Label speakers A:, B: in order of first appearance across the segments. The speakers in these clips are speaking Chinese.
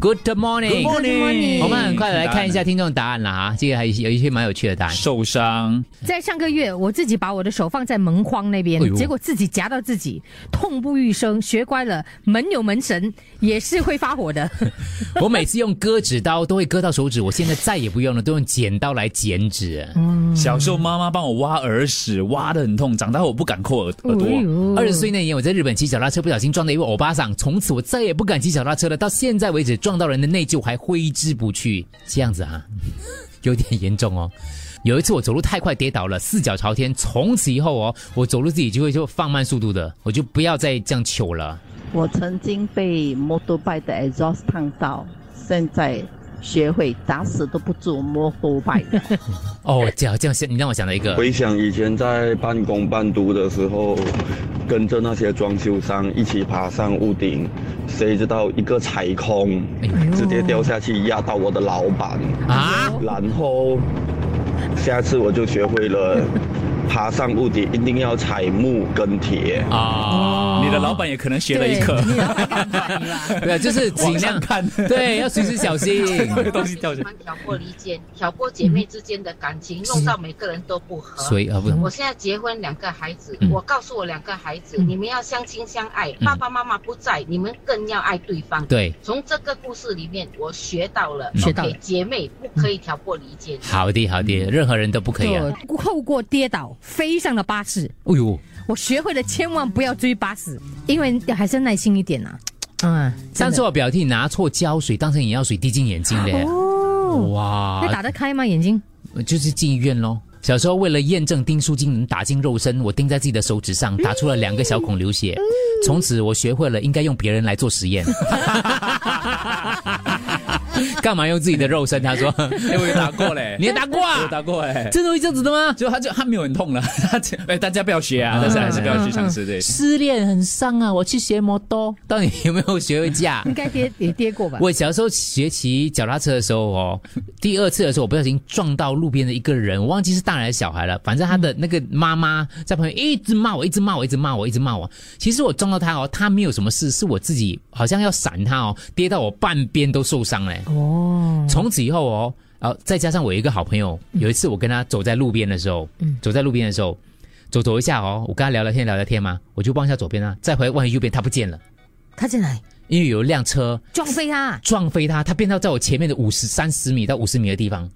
A: Good morning，,
B: Good morning
A: 我们很快的来看一下听众答案啦哈，这个还有一些蛮有趣的答案。
C: 受伤，
B: 在上个月，我自己把我的手放在门框那边，
A: 哎呦
B: 结果自己夹到自己，痛不欲生。学乖了，门有门神，也是会 发火的。
A: 我每次用割纸刀都会割到手指，我现在再也不用了，都用剪刀来剪纸。
C: 小时候妈妈帮我挖耳屎，挖的很痛，长大后我不敢扣耳耳
A: 哎
C: 朵。
A: 二十岁那年，我在日本骑脚踏车不小心撞到一位欧巴桑，从此我再也不敢骑脚踏车了。到现在为止，撞到人的内疚还挥之不去，这样子啊， 有点严重哦。有一次我走路太快跌倒了，四脚朝天，从此以后哦，我走路自己就会就放慢速度的，我就不要再这样糗了。
D: 我曾经被摩托拜的 exhaust 烫到，现在学会打死都不坐摩托拜的。
A: 哦，这样这样想，你让我想到一个，
E: 回想以前在半工半读的时候，跟着那些装修商一起爬上屋顶，谁知道一个踩空
A: 哎，
E: 直接掉下去压到我的老板，
A: 啊，
E: 然后下次我就学会了，爬上屋顶一定要踩木跟铁。
A: 啊，
C: 你的老板也可能学了一课，
B: 对你老板看管你啦
A: 对啊，就是尽
C: 往
A: 量
C: 上看
A: 对，要随时小心。
C: 那个东西掉下来。
F: 喜欢挑拨离间，挑拨姐妹之间的感情，弄到每个人都不和。
A: 所以啊，不，
F: 我现在结婚两个孩子，
A: 嗯
F: 我告诉我两个孩子，
B: 嗯
F: 你们要相亲相爱，爸爸妈妈不在，你们更要爱对方。
A: 对，
F: 从这个故事里面，我学到了，
B: 学到了
F: OK，姐妹不可以挑拨离间。
A: 好的好
C: 嗯
A: 的，任何人都不 可以啊。
B: 我透过跌倒飞上了巴士，
A: 哎呦，
B: 我学会了千万不要追巴士，因为还是耐心一点呐、啊。嗯，
A: 上
B: 真
A: 次
B: 的
A: 我表弟拿错胶水当成眼药水滴进眼睛嘞，
B: 哦，那
A: 哇，
B: 打得开吗？眼睛？
A: 就是进医院喽。小时候为了验证丁书精能打进肉身，我钉在自己的手指
C: 嗯
A: 上，打出了两个小孔流血。从此我学会了应该用别人来做 实验。 干嘛用自己的肉身？他 说，
C: 哎，我有打过嘞，
A: 你也打过
C: 我有
A: 啊？
C: 打过哎，
A: 真的会这样子的吗？
C: 就他就他没有很痛了， 他这哎大家不要学啊，但是还是不要去尝试对。
A: 失恋很伤啊，我去学摩托。到底有没有学会驾？
B: 应该 跌也跌过吧？
A: 我小时候学骑脚踏车的时候哦，第二次的时候我不小心撞到路边的一个人，我忘记是大人还是小孩了，反正他的那个妈妈在旁边一直骂我，一直骂我，一直骂我，一直骂我。其实我撞到他哦，他没有什么事，是我自己好像要闪他哦，跌到我半边都受伤欸嘞。
B: 哦，
A: 从此以后哦，呃，再加上我有一个好朋友，有一次我跟他走在路边的时候，
B: 嗯
A: 走在路边的时候，走走一下哦，我跟他聊聊天，聊聊天嘛，我就望一下左边啊，再回望一下右边，他不见了，
B: 他进来
A: 因为有一辆车
B: 撞飞他，
A: 撞飞他，他变到在我前面的五十三十米到五十米的地方，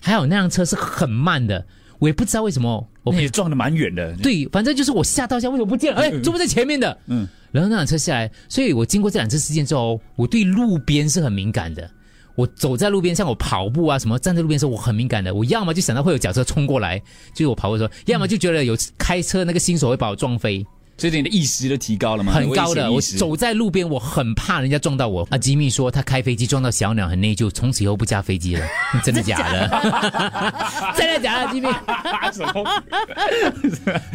A: 还有那辆车是很慢的，我也不知道为什么，我
C: 我也撞得蛮远的，
A: 对，反正就是我吓到一下，为什么不见了？哎，怎么在前面的？嗯
C: 嗯，
A: 然后那辆车下来，所以我经过这两次事件之后，我对路边是很敏感的。我走在路边，像我跑步啊什么，站在路边的时候，我很敏感的。我要么就想到会有脚车冲过来，就是我跑步的时候；要么就觉得有开车那个新手会把我撞飞，
C: 所以你的意识都提高了嘛，
A: 很高的。
C: 嗯危
A: 我
C: 险意识
A: 走在路边，我很怕人家撞到我。啊，吉米说他开飞机撞到小鸟，很内疚，从此以后不驾飞机了。 真的假的？ 真的假的，吉米？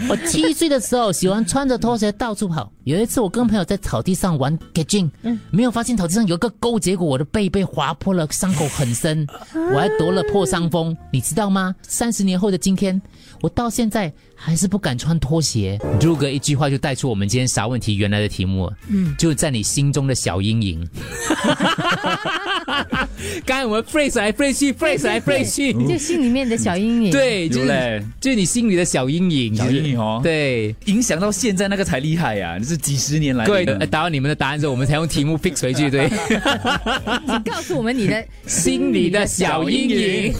A: 我七岁的时候喜欢穿着拖鞋到处跑。有一次我跟朋友在草地上玩 g e t i n 没有发现草地上有一个沟，结果我的背被划破了，伤口很深，我还得了破伤风，你知道吗？三十年后的今天，我到现在还是不敢穿拖鞋。如果一句话就带出我们今天啥问题原来的题目，嗯，就在你心中的小阴影。刚才我们 phrase 来 phrase 去，phrase 来 phrase 去，
B: 就心里面的小阴 影。，
A: 对，就
C: 有
A: 是
C: 嘞，
A: 就是你心里的小阴影，
C: 小阴影哦
A: 对。
C: 影响到现在那个才厉害呀，这是几十年来
A: 各位
C: 的
A: 呃答完你们的答案之后，我们才用题目 fix 回去，对，
B: 告诉我们你的
A: 心里的小阴影。